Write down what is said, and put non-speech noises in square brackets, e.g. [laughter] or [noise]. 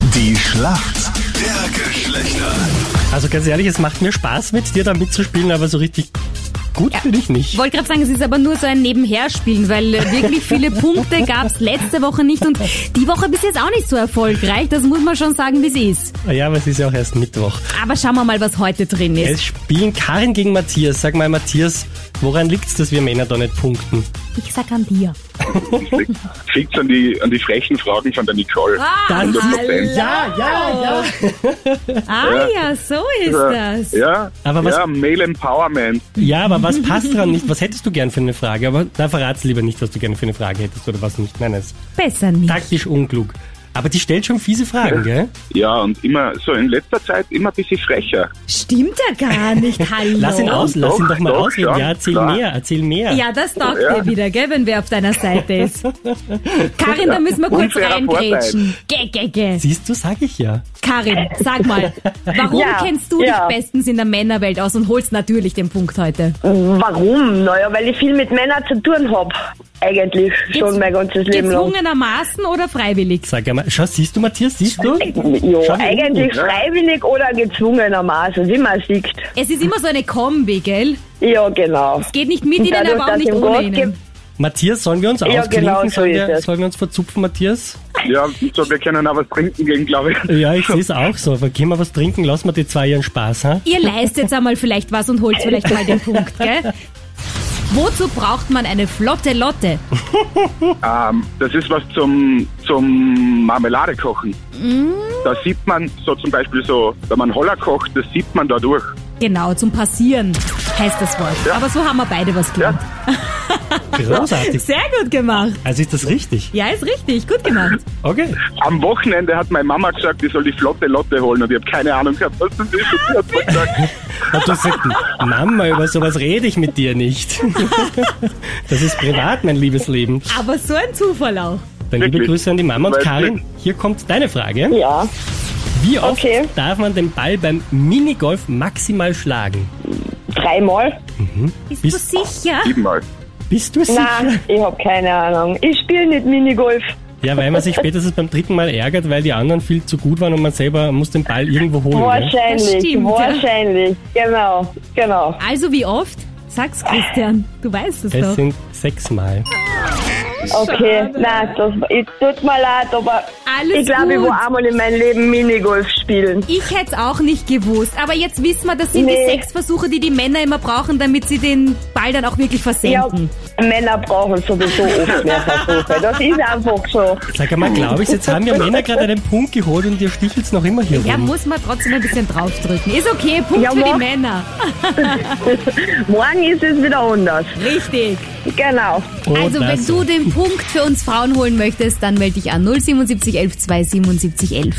Die Schlacht der Geschlechter. Also ganz ehrlich, es macht mir Spaß, mit dir da mitzuspielen, aber so richtig gut bin ich Ich nicht. wollte gerade sagen, es ist aber nur so ein Nebenherspielen, weil äh, wirklich viele Punkte gab es letzte Woche nicht und die Woche bis jetzt auch nicht so erfolgreich. Das muss man schon sagen, wie es ist. Ja, aber es ist ja auch erst Mittwoch. Aber schauen wir mal, was heute drin ist. Es spielen Karin gegen Matthias. Sag mal, Matthias, woran liegt's, dass wir Männer da nicht punkten? Ich sag an dir. Fix an die, an die frechen Fragen von der Nicole. Ah, Das- hallo. Ja, ja, ja. ah ja, so ist das. Ja, Aber was- ja, Male Empowerment. Ja, aber was passt dran nicht? Was hättest du gern für eine Frage? Aber da verrat's lieber nicht, was du gerne für eine Frage hättest oder was nicht. Nein, das ist Besser nicht. taktisch unklug. Aber die stellt schon fiese Fragen, gell? Ja, und immer, so in letzter Zeit immer ein bisschen frecher. Stimmt ja gar nicht. Hallo. Lass ihn aus, lass ihn doch mal Doch, doch, ausreden. ja, Ja, erzähl klar. mehr, erzähl mehr. Ja, das taugt Ja. dir wieder, gell, wenn wer auf deiner Seite ist. Karin, da müssen wir kurz Unfairer reingrätschen. Geh, geh, geh. Siehst du, sag ich ja. Karin, sag mal, warum Ja, kennst du ja. dich bestens in der Männerwelt aus und holst natürlich den Punkt heute? Warum? Naja, weil ich viel mit Männern zu tun hab. Eigentlich schon mein ganzes Leben lang. Gezwungenermaßen oder freiwillig? Sag einmal, schau, siehst du, Matthias, siehst du? Ja, Schau, wie eigentlich ne? unten, ja. freiwillig oder gezwungenermaßen, wie man sieht. Es ist immer so eine Kombi, gell? Ja, genau. Geht nicht mit ihnen, Dadurch, aber auch dass nicht ihm ohne Gott ihnen. gibt- Matthias, sollen wir uns Ja, ausklinken? genau, so sollen, ist wir, es. sollen wir uns verzupfen, Matthias? Ja, so, wir können auch was trinken gehen, glaube ich. Ja, ich sehe es auch so. Aber gehen wir was trinken, lassen wir die zwei ihren Spaß, ha? Ihr leistet einmal vielleicht was und holt vielleicht mal den Punkt, gell? Wozu braucht man eine flotte Lotte? Ähm, das ist was zum, zum Marmelade kochen. Mm. Da sieht man so zum Beispiel so, wenn man Holler kocht, das sieht man da durch. Genau, zum Passieren heißt das Wort. Aber so haben wir beide was gelernt. [laughs] Großartig. Sehr gut gemacht. Also ist das richtig? Ja, ist richtig. Gut gemacht. Okay. Am Wochenende hat meine Mama gesagt, ich soll die flotte Lotte holen und ich habe keine Ahnung gehabt, was das ist. Und sie hat mir gesagt, [laughs] Hat du gesagt, Mama, über sowas rede ich mit dir nicht. [laughs] Das ist privat, mein liebes Leben. Aber so ein Zufall auch. Dann liebe Wirklich? Grüße an die Mama und Weiß Karin. nicht. Hier kommt deine Frage. Ja, Wie oft Okay. darf man den Ball beim Minigolf maximal schlagen? [laughs] dreimal? Bist, Bist- du sicher? siebenmal. Bist du sicher? Nein, ich hab keine Ahnung. Ich spiele nicht Minigolf. Ja, weil man sich spätestens beim dritten Mal ärgert, weil die anderen viel zu gut waren und man selber muss den Ball irgendwo holen. gell? Wahrscheinlich, Das stimmt, ja. wahrscheinlich. Genau, genau. Also wie oft? Sag's, Christian. Du weißt es Es doch. sind sechsmal. Okay, nein, das ich, tut mir leid, aber Alles ich glaube, ich gut. war einmal in meinem Leben Minigolf spielen. Ich hätt's auch nicht gewusst. Aber jetzt wissen wir, das sind Nee. die sechs Versuche, die die Männer immer brauchen, damit sie den Ball dann auch wirklich Ja, versenken. Männer brauchen sowieso oft mehr Versuche. Das ist einfach so. Sag einmal, glaube ich, jetzt haben wir Männer gerade einen Punkt geholt und ihr stichelt's noch immer hier Ja, rum. muss man trotzdem ein bisschen draufdrücken. Ist okay, Punkt Ja, für die mach. Männer. Morgen ist es wieder anders. Richtig. Genau. Oh, Also, wenn das- du den Punkt für uns Frauen holen möchtest, dann melde dich an 077 11 2 77 11.